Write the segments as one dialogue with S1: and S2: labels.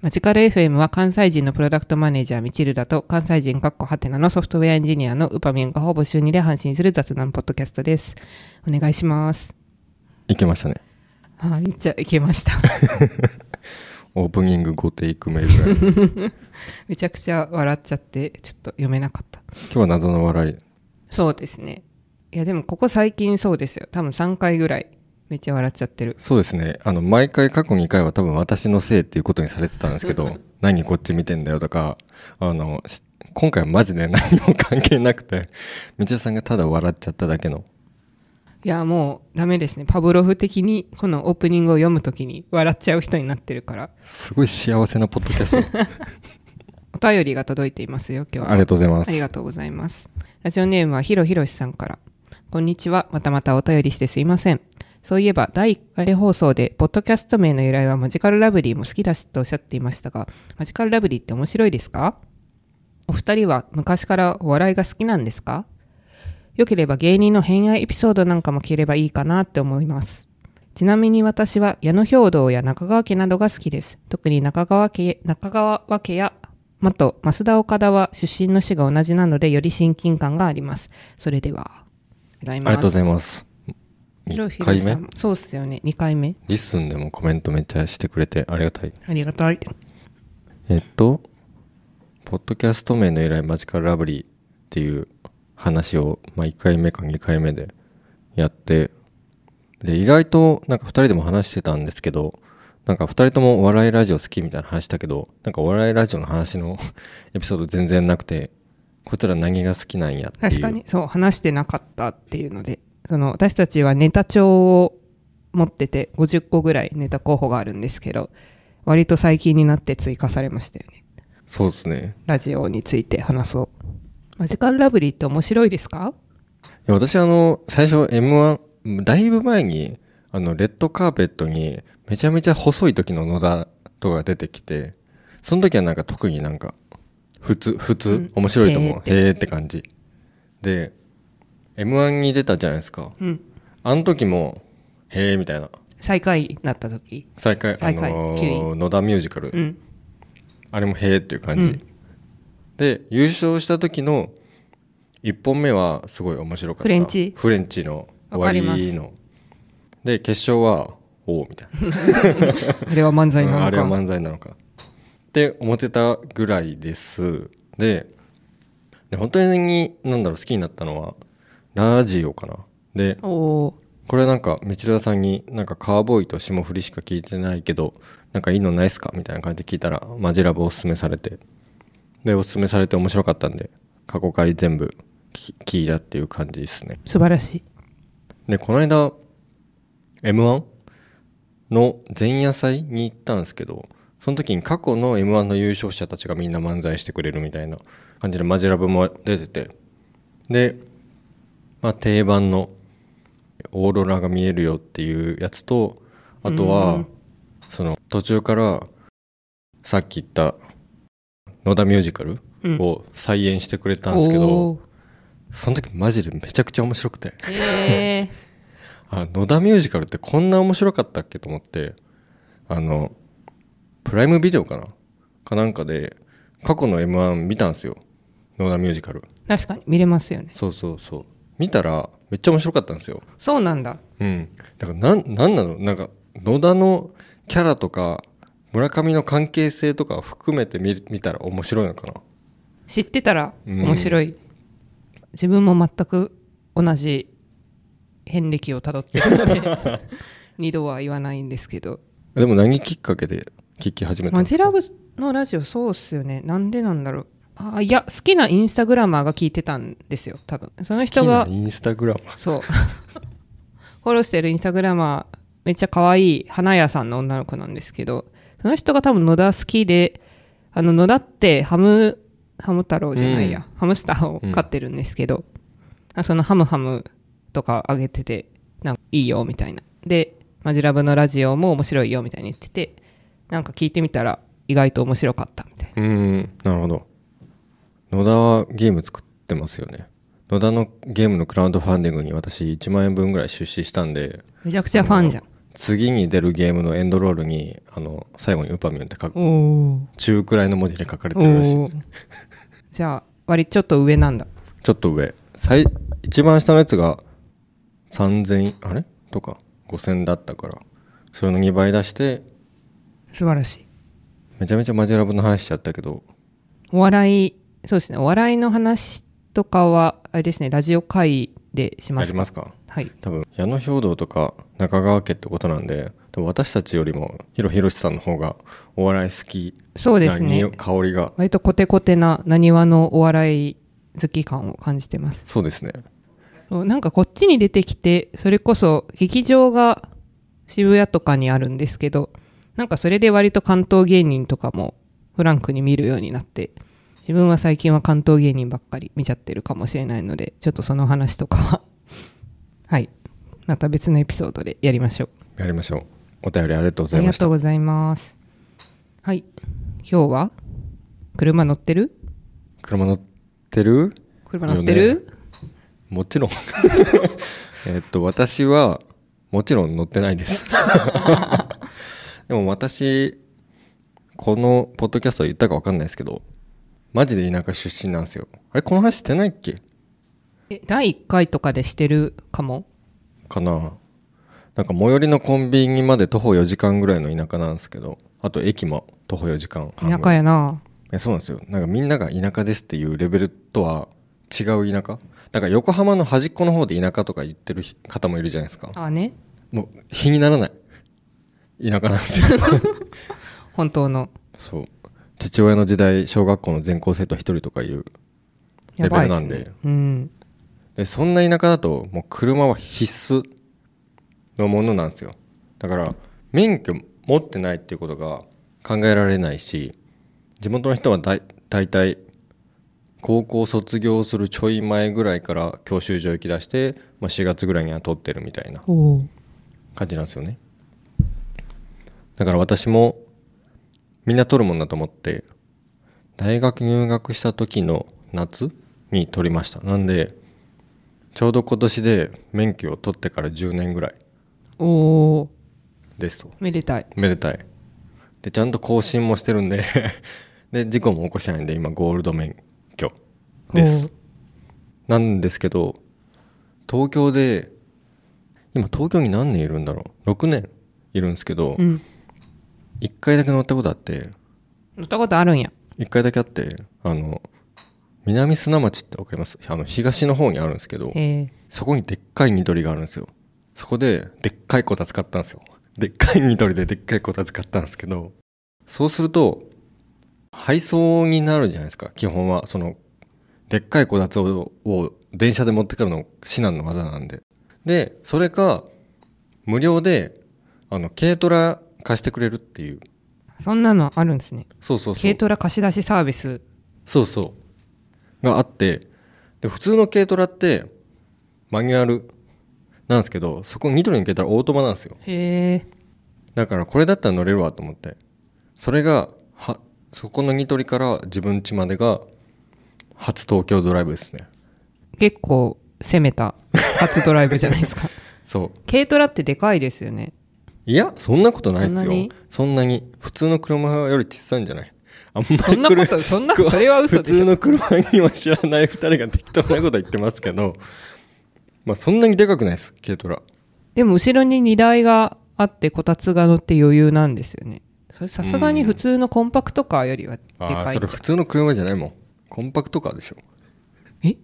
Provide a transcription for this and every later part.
S1: マジカル FM は関西人のプロダクトマネージャーミチルダと関西人かっこはてなのソフトウェアエンジニアのウパミンがほぼ週2で配信する雑談ポッドキャストです。お願いします。
S2: いけましたね
S1: はい、じゃあいけました。
S2: オープニング5テイク目 ぐらい今
S1: めちゃくちゃ笑っちゃって、ちょっと読めなかった。
S2: 日は謎の笑い
S1: そうですね。いやでもここ最近そうですよ。多分3回ぐらいめっちゃ笑っちゃってる。
S2: そうですねあの毎回過去2回は多分私のせいっていうことにされてたんですけど何こっち見てんだよとかあのし今回はマジで 何も関係なくて道枝さんがただ笑っちゃっただけの
S1: いやもうダメですね。パブロフ的にこのオープニングを読むときに笑っちゃう人になってるから。
S2: すごい幸せなポッドキャスト
S1: お便りが届いていますよ、今日は
S2: ありがとうございます
S1: ありがとうございます。ラジオネームはひろひろしさんから。こんにちは。またまたお便りしてすいません。そういえば、第1回放送で、ポッドキャスト名の由来はマジカルラブリーも好きだしとおっしゃっていましたが、マジカルラブリーって面白いですかお二人は昔からお笑いが好きなんですか良ければ芸人の偏愛エピソードなんかも聞ければいいかなって思います。ちなみに私は矢野兵道や中川家などが好きです。特に中川家中川家やまと増田岡田は出身の市が同じなのでより親近感があります。それでは。ありがとうござい
S2: あり
S1: ま
S2: が
S1: す。
S2: とうございます
S1: ひ
S2: 1
S1: ろひ
S2: 回
S1: ろさ
S2: 目
S1: んもそうっすよね。2回目。
S2: リッスンでもコメントめっちゃしてくれてありがたい
S1: ありがたい。
S2: えっと、ポッドキャスト名の由来マジカルラブリーっていう話を、まあ、1回目か2回目でやって、で、意外となんか2人でも話してたんですけど、なんか2人ともお笑いラジオ好きみたいな話したけど、なんかお笑いラジオの話の エピソード全然なくて、こいつら何が好きなんやっていう。
S1: 確かに、そう、話してなかったっていうので、その、私たちはネタ帳を持ってて、50個ぐらいネタ候補があるんですけど、割と最近になって追加されましたよね。
S2: そうですね。
S1: ラジオについて話そう。マジカルラブリーって面白いですか
S2: いや私あの最初 M1 だいぶ前にあのレッドカーペットにめちゃめちゃ細い時の野田とか出てきてその時はなんか特になんか普通普
S1: うん
S2: 通面白いと思う、
S1: へーって
S2: へーって感じで M1 に出たじゃないですか
S1: うん。
S2: あの時もへーみたいな
S1: 最下位になった時。
S2: 最下位
S1: 最下位
S2: あの
S1: 9
S2: ー野田ミュージカル、
S1: うん。
S2: あれもへーっていう感じ、
S1: うん
S2: で優勝した時の1本目はすごい面白かった
S1: フレンチ
S2: フレンチの
S1: わか
S2: 終わ
S1: り
S2: り
S1: ます
S2: ので決勝はおおみたい
S1: あれは漫才なの
S2: な
S1: か。
S2: あれは漫才なのかって思ってたぐらいですでで本当になんだろう好きになったのはラジオかなで
S1: おー
S2: これなんか道枝さんになんかカーボーイと霜降りしか聞いてないけどなんかいいのないっすかみたいな感じで聞いたらマジラブおすすめされてでおすすめされて面白かったんで過去回全部聞き聞いたっていう感じですね
S1: 素晴らしい。
S2: でこの間 M1 の前夜祭に行ったんですけどその時に過去の M1 の優勝者たちがみんな漫才してくれるみたいな感じでマジラブも出ててで、まあ、定番のオーロラが見えるよっていうやつとあと
S1: う
S2: は
S1: ん
S2: その途中からさっき言った野田ミュージカル
S1: うん。
S2: を再演してくれたんですけど、
S1: おー。
S2: その時マジでめちゃくちゃ面白くて。
S1: え
S2: あ野田ミュージカルってこんな面白かったっけと思ってあのプライムビデオかなかなんかで過去の m 1見たんですよ野田ミュージカル
S1: ー、確かに見れますよね。
S2: そうそうそう見たらめっちゃ面白かったんですよ
S1: そうなんだ。
S2: うんだからなんなんなのなんか野田のキャラとか村上の関係性とかを含めて見見たら面白いのかな
S1: 知ってたら
S2: うん
S1: 面白い。自分も全く同じ遍歴をたどってるの で、二度は言わないんですけど。
S2: でも何きっかけで聞き始めたん
S1: マ
S2: です
S1: ジ
S2: か
S1: ラブのラジオそうっすよね。なんでなんだろう。あーいや、好きなインスタグラマーが聞いてたんですよ、多分。その人が
S2: 好きなインスタグラマー
S1: そう。フォローしてるインスタグラマー、めっちゃ可愛い花屋さんの女の子なんですけど、その人が多分野田好きで、あの野田ってハム、ハム太郎じゃないや、
S2: うん
S1: ハムスターを飼ってるんですけど、あそのハムハムとかあげてて、なんかいいよみたいな。で、マジラブのラジオも面白いよみたいに言ってて、なんか聞いてみたら意外と面白かったみたいな。
S2: うーんなるほど野田はゲーム作ってますよね野田のゲームのクラウドファンディングに私1万円分ぐらい出資したんで
S1: めちゃくちゃファンじゃん。
S2: 次に出るゲームのエンドロールにあの最後にウパミュンって書く
S1: おお
S2: 中くらいの文字で書かれてるらしい
S1: おーじゃあ割ちょっと上なんだ
S2: ちょっと上最一番下のやつが3000あれとか5000だったからそれの2倍出して
S1: 素晴らしい
S2: めちゃめちゃマジラブの話しちゃったけど
S1: お笑いそうですねお笑いの話とかはあれですねラジオ会でし
S2: あ
S1: ます
S2: り
S1: か
S2: ますか
S1: はい
S2: 多分矢野兵道とか中川家ってことなんで多分私たちよりもヒロヒロシさんの方がお笑い好き
S1: そうですね
S2: なに香りが
S1: 割とコテコテななにわのお笑い好き感を感じてます
S2: そうですね
S1: そうなんかこっちに出てきてそれこそ劇場が渋谷とかにあるんですけどなんかそれで割と関東芸人とかもフランクに見るようになって自分は最近は関東芸人ばっかり見ちゃってるかもしれないのでちょっとその話とかは はいまた別のエピソードでやりましょう
S2: やりましょうお便りありがとうござ
S1: あ
S2: い
S1: り
S2: ま
S1: が
S2: した
S1: とうございますはい今日は車乗ってる
S2: 車乗ってる
S1: 車乗ってる、
S2: もちろ んえっと私はもちろん乗ってないです でも私このポッドキャストで言ったか分かんないですけどマジで田舎出身なんですよあれこの話してないっけ
S1: え第1回とかでしてるかも
S2: かななんか最寄りのコンビニまで徒歩4時間ぐらいの田舎なんですけどあと駅も徒歩4時間半ぐ
S1: 田
S2: らい
S1: 舎やな
S2: えそうなんですよなんかみんなが田舎ですっていうレベルとは違う田舎なんか横浜の端っこの方で田舎とか言ってる人方もいるじゃないですか
S1: あね
S2: もう比にならない田舎なんで すよ
S1: 本当の
S2: そう父親の時代小学校の全校生徒1人とかいう
S1: やばいっす
S2: レベル
S1: ね
S2: なんで
S1: うん
S2: でそんな田舎だともう車は必須のものなんですよだから免許持ってないっていうことが考えられないし地元の人はだい大体高校卒業するちょい前ぐらいから教習所行き出して、まあ、4月ぐらいには取ってるみたいな
S1: おお
S2: 感じなんですよねだから私もみんな取るもんだと思って大学入学した時の夏に取りましたなんでちょうど今年で免許を取ってから10年ぐらい
S1: おー
S2: ですと
S1: めでたい
S2: めでたいでちゃんと更新もしてるんで で事故も起こしてないんで今ゴールド免許ですなんですけど東京で今東京に何年いるんだろう6年いるんですけど、
S1: おーうん
S2: 一回だけ乗ったことあって
S1: 乗ったことあるんや
S2: 一回だけあってあの南砂町ってわかりますあの東の方にあるんですけど
S1: へえ
S2: そこにでっかい緑があるんですよそこででっかいこたつ買ったんですよでっかい緑ででっかいこたつ買ったんですけどそうすると配送になるじゃないですか基本はそのでっかいこたつをを電車で持ってくるの至難の技なんででそれか無料であの軽トラ貸してくれるっていう
S1: そんなのあるんですね
S2: そうそうそう
S1: 軽トラ貸し出しサービス
S2: そうそうがあってで普通の軽トラってマニュアルなんですけどそこニトリの軽トラオートマなんですよ
S1: へえ
S2: だからこれだったら乗れるわと思ってそれがはそこのニトリから自分家までが初東京ドライブですね
S1: 結構攻めた初ドライブじゃないです か
S2: そう
S1: 軽トラってでかいですよね
S2: いやそんなことないです
S1: そんな
S2: よ
S1: に
S2: そんなに普通の車より小さいんじゃないあんまり
S1: そんなこと
S2: 車
S1: そんなそれは嘘
S2: 普
S1: でし
S2: 通
S1: ょ
S2: の車には知らない2人が適当なこと言ってますけどまあそんなにでかくないです軽トラ
S1: でも後ろに荷台があってこたつが乗って余裕なんですよねそれさすがに普通のコンパクトカーよりはでか
S2: あ
S1: いん
S2: ー
S1: じ
S2: そ
S1: ゃ
S2: れ普通の車じゃないもんコンパクトカーでしょ
S1: んえ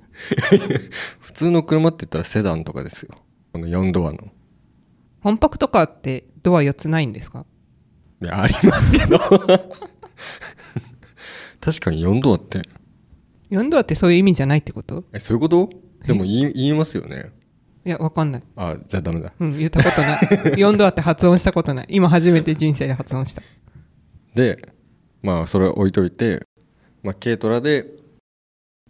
S2: 普通の車って言ったらセダンとかですよこの4ドアの
S1: コンパクトカーってドア4つないんですか
S2: いやありますけど 確かに4ドアって
S1: 4ドアってそういう意味じゃないってこと
S2: えそういうこと でも言い言いますよね
S1: いやわかんない
S2: あじゃあダメだ
S1: うん、言ったことない。4度あって 発音したことない。今初めて人生で発音した。
S2: でまあそれは置いといて、まあ、軽トラで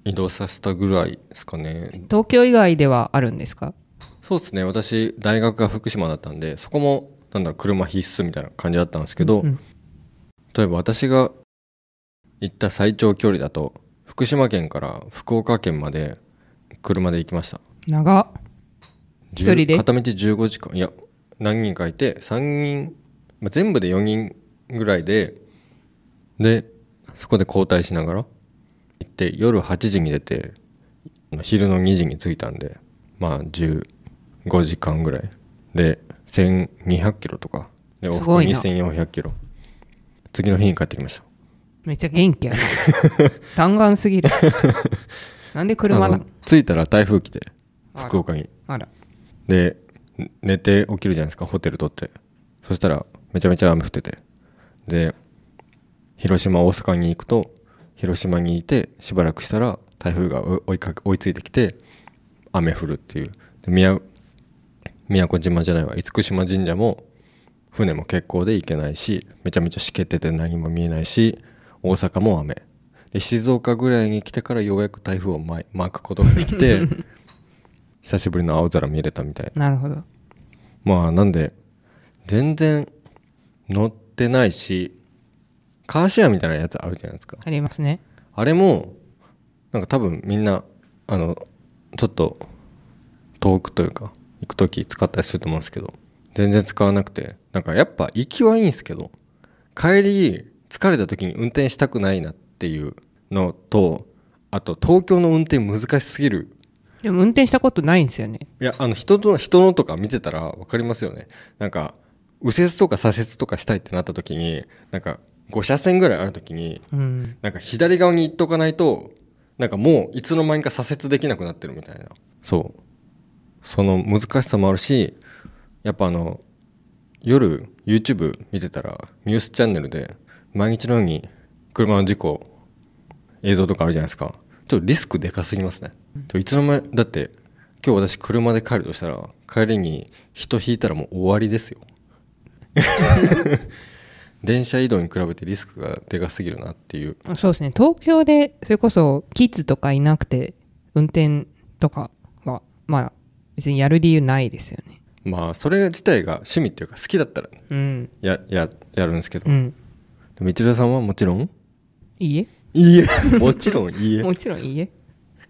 S2: 移動させたぐらいですかね
S1: 東京以外ではあるんですか
S2: そうですね私大学が福島だったんでそこもなんだろう車必須みたいな感じだったんですけど、
S1: うん
S2: 例えば私が行った最長距離だと福島県から福岡県まで車で行きました
S1: 長っ
S2: 10
S1: 一人で
S2: 片道15時間いや何人かいて3人、まあ、全部で4人ぐらいででそこで交代しながら行って夜8時に出て昼の2時に着いたんでまあ15時間ぐらいで1200キロとかで往
S1: す
S2: 復
S1: ごいな
S2: 2400キロ次の日に帰ってきました
S1: めっちゃ元 気やな弾丸すぎ るなんで車
S2: あ
S1: だ
S2: の着いたら台風来て
S1: あら
S2: 福岡に
S1: あら
S2: でん寝て起きるじゃないですかホテル取ってそしたらめちゃめちゃ雨降っててで広島大阪に行くと広島にいてしばらくしたら台風が追追いかけ追いついてきて雨降るっていうで宮宮古島じゃないわ厳島神社も船も欠航で行けないしめちゃめちゃしけてて何も見えないし大阪も雨で静岡ぐらいに来てからようやく台風を巻い巻くことができて久しぶりの青空見れたみたいな
S1: なるほど
S2: まあなんで全然乗ってないしカーシェアみたいなやつあるじゃないですか
S1: ありますね
S2: あれもなんか多分みんなあのちょっと遠くというか行く時使ったりすると思うんですけど全然使わなくてなんかやっぱ行きはいいんですけど帰り疲れた時に運転したくないなっていうのとあと東京の運転難しすぎる
S1: でも運転したことないんですよね
S2: いや、あの、人と、人のとか見てたら分かりますよね。なんか、右折とか左折とかしたいってなった時に、なんか、5車線ぐらいある時に、
S1: うん
S2: なんか左側に行っとかないと、なんかもういつの間にか左折できなくなってるみたいな。そう。その難しさもあるし、やっぱあの、夜 YouTube 見てたらニュースチャンネルで毎日のように車の事故映像とかあるじゃないですかちょっとリスクでかすぎますね、ちょいつの間にだって今日私車で帰るとしたら帰りに人引いたらもう終わり ですよ電車移動に比べてリスクがでかすぎるなっていう
S1: そうですね東京でそれこそキッズとかいなくて運転とかはまあ別にやる理由ないですよね
S2: まあそれ自体が趣味っていうか好きだったらね
S1: うん
S2: やややるんですけど、
S1: う
S2: で
S1: ん
S2: も一郎さんはもちろん
S1: いい
S2: いいえ もちろんいい
S1: え
S2: え
S1: もちろんいいえ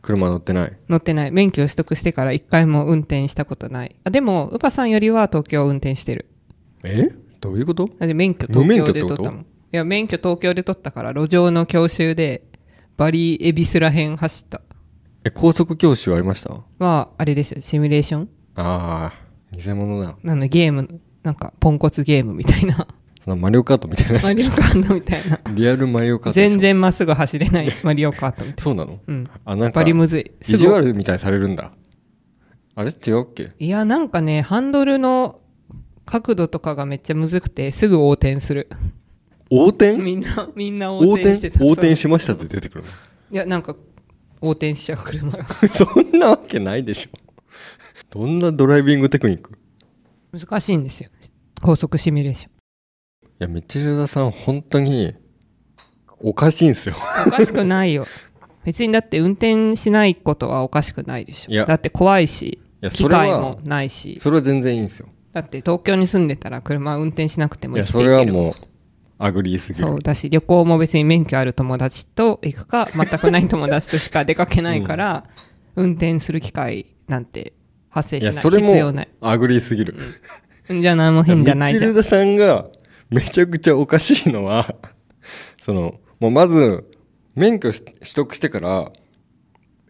S2: 車乗ってない
S1: 乗ってない免許を取得してから一回も運転したことないあでもウパさんよりは東京を運転してる
S2: えどういうこと
S1: だって免許
S2: 無免許
S1: 東京で取
S2: ってこと
S1: ったもんいや免許東京で取ったから路上の教習でバリー恵比寿らへん走った
S2: え高速教習ありました
S1: まああれですよシミュレーション
S2: ああ偽物だ
S1: なのゲームなんかポンコツゲームみたい な
S2: そのマリオカートみたいなやつ
S1: マリオカートみたいな
S2: リアルマリオカートでしょ
S1: 全然まっすぐ走れないマリオカートみたい
S2: そうなの
S1: な。うん。
S2: あなんか
S1: バリ
S2: 意
S1: むずい。すぐ
S2: 地悪みたいにされるんだあれ違うっけ
S1: いや、なんかね、ハンドルの角度とかがめっちゃむずくて、すぐ横転する。
S2: 横転
S1: みんな、みんな横
S2: 横
S1: 転して
S2: 転
S1: た。
S2: 横転
S1: そう
S2: しましたって出てくる
S1: いや、なんか、横転しちゃう車が。
S2: の そんなわけないでしょどんなドライビングテクニックい
S1: 難しいんですよ。高速シミュレーション。
S2: やミチルダさん本当におかしいんで すよ
S1: おかしくないよ。 別にだって運転しないことはおかしくないでし
S2: いや
S1: ょ。だって怖いし
S2: いや、
S1: 機
S2: それは
S1: 会もないし。
S2: それは全然いいんですよ
S1: だって東京に住んでたら車運転しなくても
S2: いや
S1: 生きてい
S2: そ
S1: け
S2: れ
S1: る
S2: はもうアグリーすぎ
S1: そう
S2: る
S1: だし旅行も別に免許ある友達と行くか全くない友達としか出かけないから、運転する機会なんて発生
S2: い
S1: しな
S2: や
S1: い
S2: それ
S1: 必要
S2: も
S1: ない
S2: アグリーすぎる、
S1: んじゃないもう変じゃないじ
S2: ミチ
S1: ゃ
S2: ル
S1: ん
S2: ダさんがめちゃくちゃおかしいのは そのもうまず免許し取得してから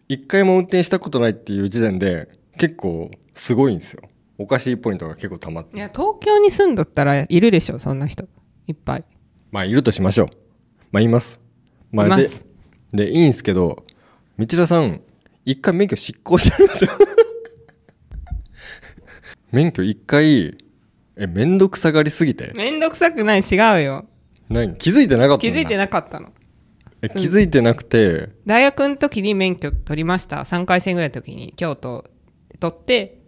S2: 一回も運転したことないっていう時点で結構すごいんですよおかしいポイントが結構たまっ
S1: い
S2: て
S1: や東京に住んどったらいるでしょそんな人いっぱい
S2: まあいるとしましょうまあいますまあ
S1: います
S2: ででいいんですけど道田さん一回免許失効してるんですよ 免許一回えめんどくさがりすぎて
S1: めんどくさくない違うよ
S2: 何気づいてなかった
S1: 気
S2: んだ
S1: づいてなかったの
S2: え気づいてなくて
S1: 大学の時に免許取りました3回戦ぐらいの時に京都で取って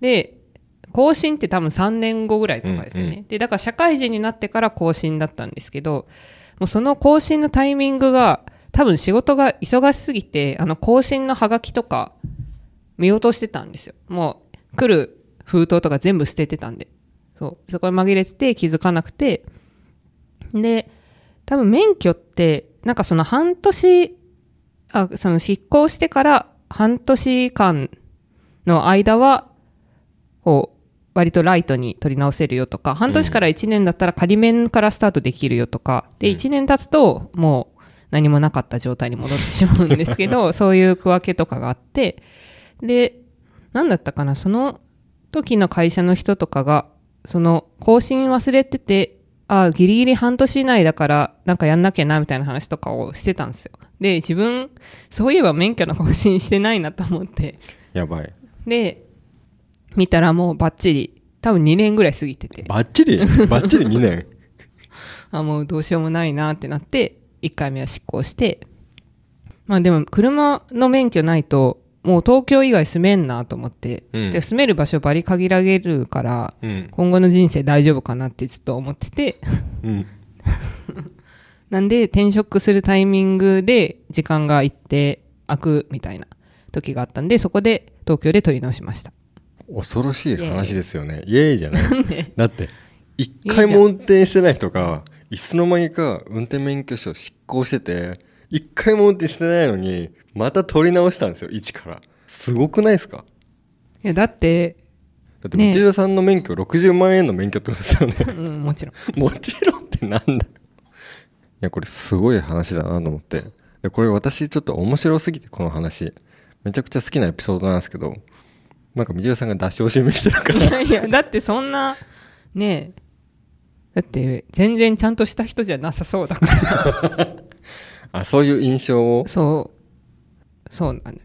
S1: で更新って多分3年後ぐらいとかですよね、
S2: うん
S1: でだから社会人になってから更新だったんですけどもうその更新のタイミングが多分仕事が忙しすぎてあの更新のハガキとか見落としてたんですよもう来る封筒とか全部捨ててたんでそうそこに紛れてて気づかなくてで多分免許ってなんかその半年あその執行してから半年間の間はこう割とライトに取り直せるよとか、半年から1年だったら仮面からスタートできるよとか、で、1年経つともう何もなかった状態に戻ってしまうんですけど、そういう区分けとかがあって、で、なんだったかな、その時の会社の人とかが、その更新忘れてて、ああ、ギリギリ半年以内だから、なんかやんなきゃな、みたいな話とかをしてたんですよ。で、自分、そういえば免許の更新してないなと思って。
S2: やばい
S1: で、見たらもうバッチリ、多分2年ぐらい過ぎてて、
S2: バッチリバッチリ2年
S1: あ、もうどうしようもないなってなって、1回目は執行して、まあでも車の免許ないと、もう東京以外住めんなと思って、
S2: うん
S1: で住める場所バリ限られるから、
S2: うん
S1: 今後の人生大丈夫かなってずっと思ってて、
S2: うん
S1: なんで転職するタイミングで時間が一定空くみたいな時があったんで、そこで東京で取り直しました。
S2: 恐ろしい話ですよねイエーイじゃない
S1: で
S2: だって一回も運転してない人がいつの間にか運転免許証失効してて一回も運転してないのにまた取り直したんですよ一からすごくないですか
S1: いやだって、
S2: だって
S1: ねえ
S2: みちるさんの免許60万円の免許ってことですよね
S1: うん、もちろん。
S2: もちろんってなんだよいやこれすごい話だなと思ってでこれ私ちょっと面白すぎてこの話めちゃくちゃ好きなエピソードなんですけどなんかみちるさんが出し惜しみしてるか
S1: い
S2: ら
S1: やいや、だってそんな、ねえ、だって全然ちゃんとした人じゃなさそうだ から。
S2: あそういう印象を
S1: そう、そうなのよ。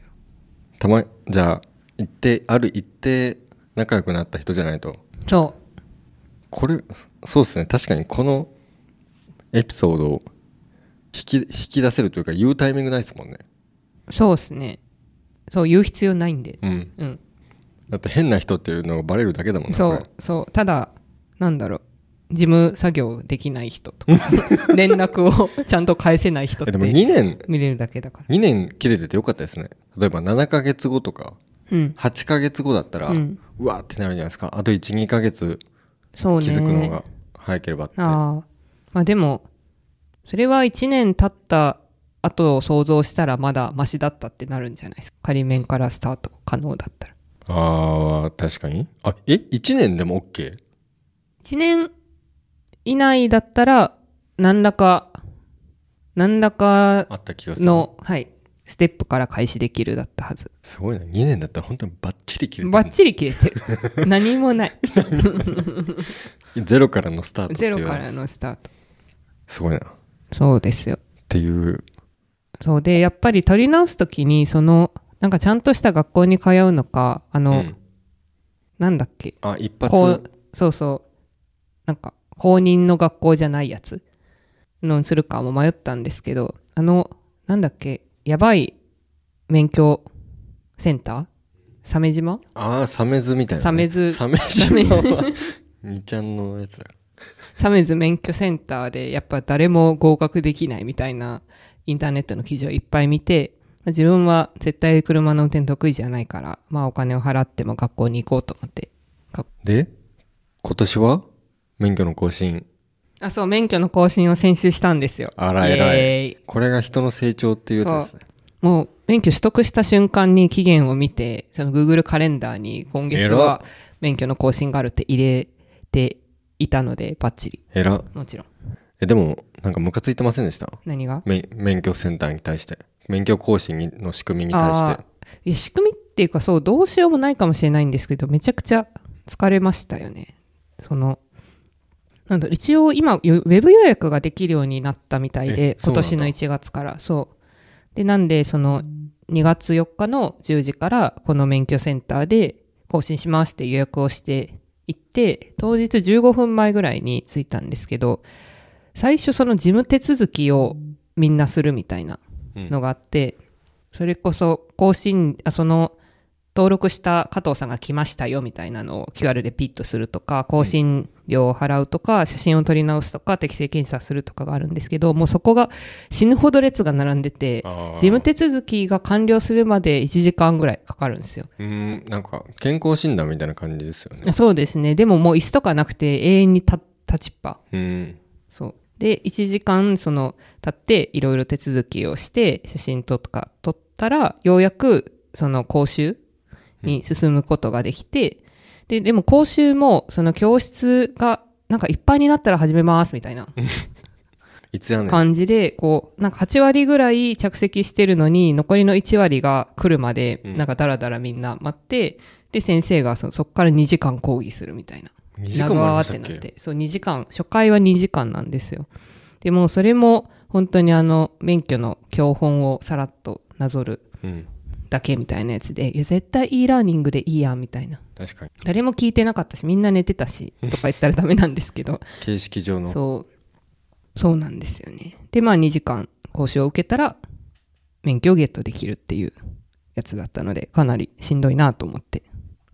S2: たまじゃあ一定ある一定仲良くなった人じゃないと
S1: そ
S2: これそうですね確かにこのエピソードを引き引き出せるというか言うタイミングないですもんね
S1: う、そうっすね。そう、言う必要ないんで。
S2: うん
S1: うん。
S2: だって変な人っていうのがバレるだけだもんね
S1: そ
S2: こ
S1: う、そう。ただ、なんだろう。事務作業できない人 とか、連絡をちゃんと返せない人っ
S2: れえ
S1: て
S2: でも2年
S1: 見れるだけだから。
S2: 2年切れててよかったですね例えば7ヶ月後とか
S1: うん。
S2: 8ヶ月後だったら、う
S1: うん
S2: わーってなるじゃないですかあと12ヶ月
S1: そうね。
S2: 気づくのが早ければって
S1: ああ。まあでも、それは1年経った後を想像したらまだマシだったってなるんじゃないですか。仮面からスタート可能だったら。
S2: あー確かにあえ1年でも OK?
S1: 1年以内だったら、何らか、何らか
S2: あった気がする
S1: の、はい、ステップから開始できるだったはず。
S2: すごいな2年だったら本当にバッチリ切れて
S1: バッチリ切れてる。何も ない。
S2: るゼロからのスタートってい
S1: ゼ
S2: う
S1: ロからのスタート。
S2: すごいなっ
S1: そうですよ。
S2: ていう
S1: そうで、やっぱり取り直すときに、その、なんかちゃんとした学校に通うのか、あ
S2: う
S1: の、
S2: ん
S1: なんだっけ、
S2: あ一
S1: こ
S2: 発
S1: うそうそうなんか公認の学校じゃないやつのにするかも迷ったんですけどあのなんだっけやばい免許センター鮫島
S2: ああサメズみたいな、ね、
S1: サメズ
S2: サメズはみちゃんのやつだ
S1: 鮫洲免許センターでやっぱ誰も合格できないみたいなインターネットの記事をいっぱい見てまあ自分は絶対車の運転得意じゃないからまあお金を払っても学校に行こうと思って
S2: で今年は免許の更新
S1: あそう免許の更新を先週したんですよ
S2: あら偉い
S1: イエーイ
S2: これが人の成長っていうやつですね
S1: もう免許取得した瞬間に期限を見て、その Google カレンダーに今月は免許の更新があるって入れていたので、バッチリ。
S2: えら
S1: もちろん。
S2: えでもなんかムカついてませんでした
S1: 何が
S2: 免免許センターに対して免許更新にの仕組みに対して
S1: あーいや仕組みっていうかそう、どうしようもないかもしれないんですけど、めちゃくちゃ疲れましたよね。その、なんだろう一応今、よウェブ予約ができるようになったみたい
S2: え
S1: で、
S2: そ
S1: 今
S2: うなんだ
S1: 年の1月から。そう。で、なんで、その、2月4日の10時から、この免許センターで更新しますって予約をして行って、当日15分前ぐらいに着いたんですけど、最初その事務手続きをみんなするみたいなのがあって、それこそ更新、あ、その、登録した加藤さんが来ましたよみたいなのを QR でピッとするとか、更新料を払うとか、写真を撮り直すとか、適正検査するとかがあるんですけど、もうそこが死ぬほど列が並んでて、
S2: あー
S1: 事務手続きが完了するまで1時間ぐらいかかるんですよ。
S2: うーんなんか健康診断みたいな感じですよね
S1: そうですね。でももう椅子とかなくて永遠に立立ちっぱ。
S2: うん
S1: そう。で、1時間その経っていろいろ手続きをして写真とか撮ったら、ようやくその講習に進むことができて、で、でも講習も、その教室が、なんかいっぱいになったら始めますみたいない
S2: つやねん。
S1: 感じで、こう、なんか8割ぐらい着席してるのに、残りの1割が来るまで、
S2: うん
S1: なんかダラダラみんな待って、で、先生がそそっから2時間講義するみたいな。
S2: 2時間
S1: 長
S2: もありま
S1: ー
S2: したっ
S1: ってなっ
S2: け
S1: て。そう、2時間。初回は2時間なんですよ。でも、それも、本当にあの、免許の教本をさらっとなぞる
S2: うん。
S1: だけみたいなやつで、いや、絶対 e ラーニングでいいやん、みたいな。
S2: 確かに。
S1: 誰も聞いてなかったし、みんな寝てたし、とか言ったらダメなんです けど、
S2: 形式上の。
S1: そう。そうなんですよね。で、まあ2時間講習を受けたら、免許をゲットできるっていうやつだったので、かなりしんどいなと思って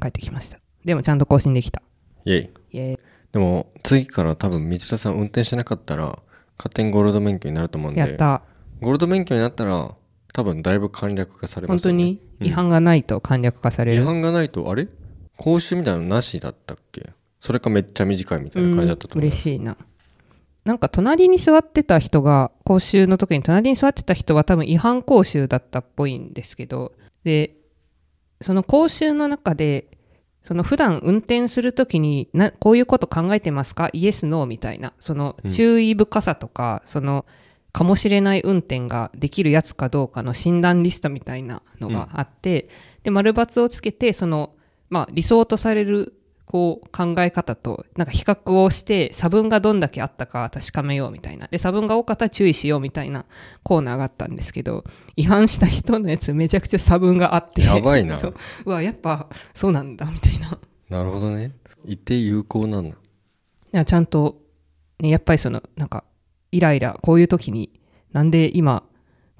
S1: 帰ってきました。でもちゃんと更新できた。
S2: イェイ。
S1: イエーイ
S2: でも、次から多分、道田さん運転してなかったら、勝手にゴールド免許になると思うんで。
S1: やった。
S2: ゴールド免許になったら、多分、だいぶ簡略化されま
S1: 本
S2: す
S1: 当
S2: よね。
S1: に違反がないと簡略化され
S2: 違
S1: る。
S2: 反がないと、あれ講習みたいなのなしだったっけそれかめっちゃ短いみたいな感じだったと
S1: うん
S2: 思う。
S1: 嬉しいな。なんか隣に座ってた人が、講習の時に隣に座ってた人は多分違反講習だったっぽいんですけど、で、その講習の中で、その普段運転する時にな、こういうこと考えてますかイエス、ノーみたいな、その注意深さとか、その、かもしれない運転ができるやつかどうかの診断リストみたいなのがあって、で、丸×をつけて、その、まあ、理想とされるこう考え方となんか比較をして差分がどんだけあったか確かめようみたいなで差分が多かったら注意しようみたいなコーナーがあったんですけど違反した人のやつめちゃくちゃ差分があって
S2: やばい な
S1: そううわやっぱそうなんだみたいな
S2: なるほどね。一定有効なん
S1: い
S2: だ。
S1: やちゃんと、ね、やっぱりそのなんかイライラこういう時になんで今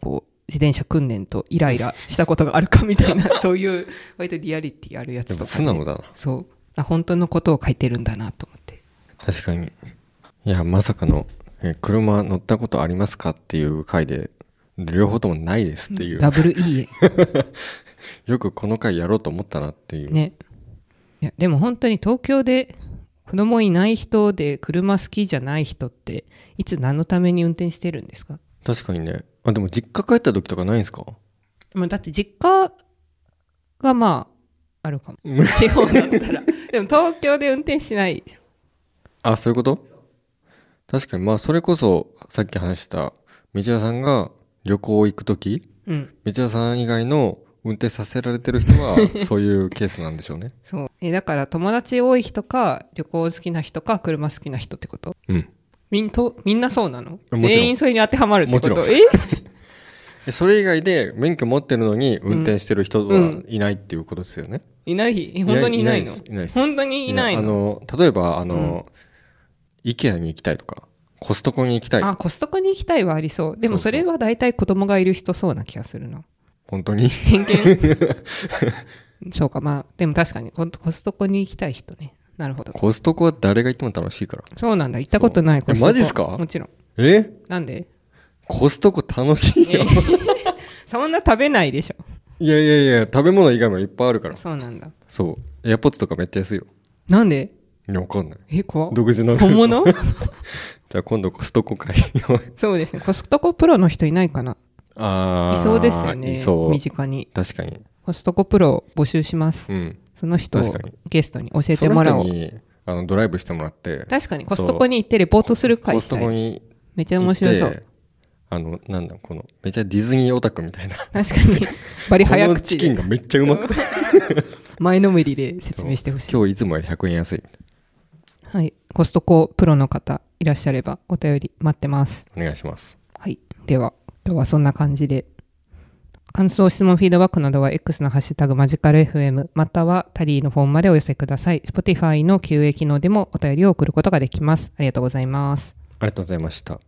S1: こう自転車訓練とイライラしたことがあるかみたい なそういう割とリアリティあるやつ
S2: で
S1: とか、
S2: も
S1: ね、
S2: 素直だな。
S1: そうあ本当のことを書いてるんだなと思って
S2: 確かに。いや、まさかの、え車乗ったことありますかっていう回で、両方ともないですっていう。
S1: ダブルいい
S2: よくこの回やろうと思ったなっていう。
S1: ねいやでも本当に東京で子供いない人で車好きじゃない人っていつ何のために運転してるんですか
S2: 確かにね。あ、でも実家帰った時とかないんですか
S1: まあだって実家がまああるかも地方だったら でも東京で運転しないじゃん
S2: あ、そういうこと確かに、まあ、それこそ、さっき話した、道田さんが旅行行く時
S1: うん
S2: 道田さん以外の運転させられてる人 は、そういうケースなんでしょうね。
S1: そうえだから友達多い人か旅行好きな人か車好きな人ってこと
S2: うん。
S1: みんとみんなそうなの
S2: ろん
S1: 全員それに当てはまるってこと
S2: もちろ
S1: え
S2: えそれ以外で免許持ってるのに運転してる人
S1: う
S2: はいないっていうことですよね。
S1: いないえ本当にいないの
S2: いないですいないです
S1: 本当にいないの
S2: あの、例えば、あの、IKEA に行きたいとか、コストコに行きたい。
S1: あコストコに行きたいはありそうでも
S2: そ
S1: そう
S2: そう
S1: れは大体子供がいる人そうな気がするな
S2: 本当に。
S1: 偏見そうかまあでも確かにココストコに行きたい人ねなるほど
S2: コストコは誰が行っても楽しいから。
S1: そうなんだ行ったことない
S2: そ
S1: コ
S2: う
S1: ストコ
S2: えマジっすか
S1: もちろん
S2: え
S1: なんで
S2: コストコ楽しいよ。
S1: そんな食べないでしょ
S2: いやいやいや、食べ物以外もいっぱいあるから。
S1: そうなんだ
S2: そう。エアポッツとかめっちゃ安いよ。
S1: なんで
S2: いや、わかんない。
S1: え怖っ
S2: 独自のルール。
S1: 本物
S2: じゃあ今度コストコ会。
S1: そうですねコストコプロの人いないかな
S2: あ
S1: い
S2: ー
S1: そうですよね
S2: いそう
S1: 身。近に
S2: 確かに。
S1: コストコプロ募集します
S2: うん。
S1: その人を
S2: 確かに
S1: ゲストに教えてもらおう
S2: その人にあのドライブしてもらって、
S1: 確かにコストコに行ってレポートする
S2: コ
S1: 会
S2: ス
S1: し
S2: ト
S1: た
S2: コ
S1: い
S2: に
S1: めっちゃ
S2: 行
S1: 面
S2: って、
S1: 白そう
S2: あの、なんだ、この、めちゃディズニーオタクみたいな。こ
S1: 確かにバリ早
S2: の
S1: 口
S2: チキン
S1: で
S2: がめっちゃうまくて。
S1: 前のめりで説明してほしい
S2: 今日いつもより100円安い。
S1: はいコストコプロの方いらっしゃればお便り待ってます
S2: お願いします。
S1: はい。では、今日はそんな感じで。感想、質問、フィードバックなどは X のハッシュタグマジカル FM またはタリーのフォームまでお寄せください。Spotify の QA 機能でもお便りを送ることができます。ありがとうございます。
S2: ありがとうございました。